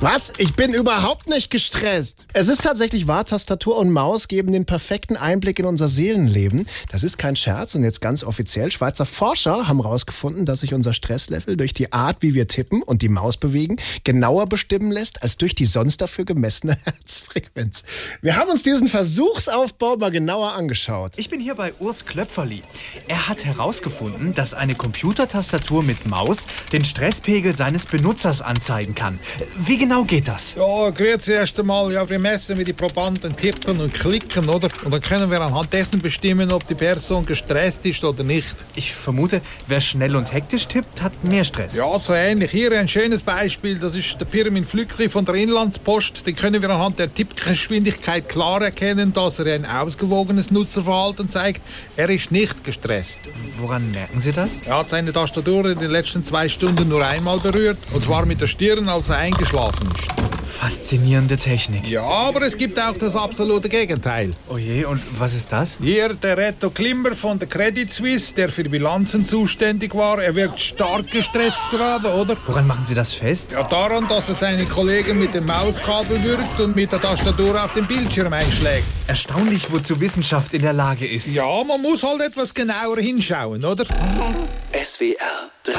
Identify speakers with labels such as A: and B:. A: Was? Ich bin überhaupt nicht gestresst. Es ist tatsächlich wahr, Tastatur und Maus geben den perfekten Einblick in unser Seelenleben. Das ist kein Scherz und jetzt ganz offiziell. Schweizer Forscher haben herausgefunden, dass sich unser Stresslevel durch die Art, wie wir tippen und die Maus bewegen, genauer bestimmen lässt als durch die sonst dafür gemessene Herzfrequenz. Wir haben uns diesen Versuchsaufbau mal genauer angeschaut.
B: Ich bin hier bei Urs Klöpferli. Er hat herausgefunden, dass eine Computertastatur mit Maus den Stresspegel seines Benutzers anzeigen kann. Wie genau geht das?
C: Ja, grüezi erst einmal. Ja, wir messen, wie die Probanden tippen und klicken, oder? Und dann können wir anhand dessen bestimmen, ob die Person gestresst ist oder nicht.
B: Ich vermute, wer schnell und hektisch tippt, hat mehr Stress.
C: Ja, so ähnlich. Hier ein schönes Beispiel. Das ist der Pirmin Flückli von der Inlandspost. Den können wir anhand der Tippgeschwindigkeit klar erkennen, dass er ein ausgewogenes Nutzerverhalten zeigt. Er ist nicht gestresst.
B: Woran merken Sie das?
C: Er hat seine Tastatur in den letzten zwei Stunden nur einmal berührt, und zwar mit der Stirn, als er eingeschlafen ist.
B: Faszinierende Technik.
C: Ja, aber es gibt auch das absolute Gegenteil.
B: Oje, und was ist das?
C: Hier der Reto Klimmer von der Credit Suisse, der für Bilanzen zuständig war. Er wirkt stark gestresst gerade, oder?
B: Woran machen Sie das fest?
C: Ja, daran, dass er seinen Kollegen mit dem Mauskabel wirkt und mit der Tastatur auf den Bildschirm einschlägt.
B: Erstaunlich, wozu Wissenschaft in der Lage ist.
C: Ja, man muss halt etwas genauer hinschauen, oder?
D: SWR 3